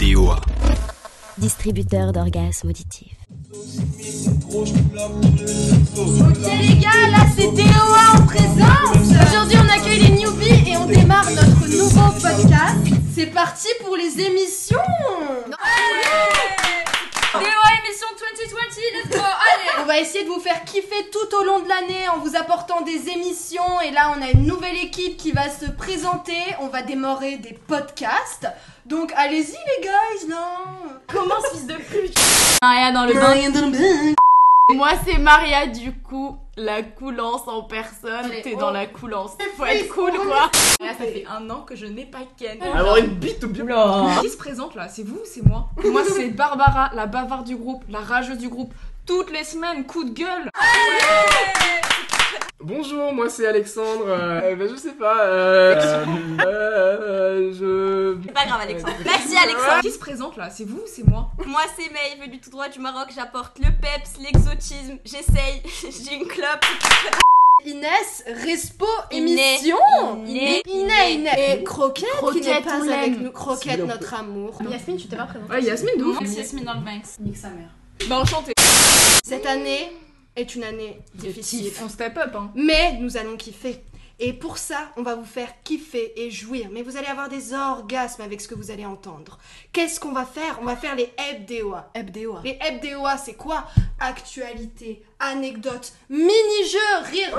DOA. Distributeur d'orgasmes auditifs. Ok les gars, là c'est DOA en présence Aujourd'hui on accueille les newbies et on démarre notre nouveau podcast. C'est parti pour les émissions DOA émission 2020, let's go Allez On va essayer de vous faire kiffer tout au long de l'année en vous apportant des émissions. Et là, on a une nouvelle équipe qui va se présenter. On va démarrer des podcasts. Donc, allez-y, les guys, non Comment fils de pute Ah, Maria dans le bain. Moi c'est Maria du coup, la coulance en personne, Allez, t'es oh. dans la coulance, faut fils, être cool quoi Là ça fait un an que je n'ai pas Ken Avoir une bite ou bien. Qui se présente là C'est vous ou c'est moi Moi c'est Barbara, la bavarde du groupe, la rageuse du groupe, toutes les semaines, coup de gueule Bonjour, moi c'est Alexandre. euh, euh, bah, je sais pas. Euh, euh, euh, je. C'est pas grave Alexandre. Merci Alexandre. Qui se présente là C'est vous ou c'est moi Moi c'est May, venue tout droit du Maroc, j'apporte le peps, l'exotisme, j'essaye, j'ai une clope. Inès, Respo, Inès. émission Inès. Inès, Inès Et Croquette, qui n'est Croquette, pas on avec l'aime. nous. Croquette, notre amour. Yasmine, tu t'es pas présentée. Ouais Yasmine de ouf Yasmine dans le Banks. Nique sa mère. Bah enchantée Cette année est une année difficile. On step up hein Mais nous allons kiffer. Et pour ça, on va vous faire kiffer et jouir. Mais vous allez avoir des orgasmes avec ce que vous allez entendre. Qu'est-ce qu'on va faire On va faire les hebdoa. FDO. Les hebdoa, c'est quoi Actualité, anecdote, mini-jeu, rire.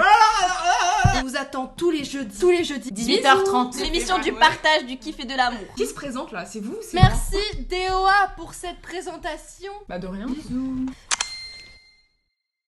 On vous attend tous les jeudis. Ah, Tous les jeudis. 18h30. L'émission du partage, du kiff et de l'amour. Qui se présente là C'est vous ou c'est moi Merci DOA pour cette présentation. Bah de rien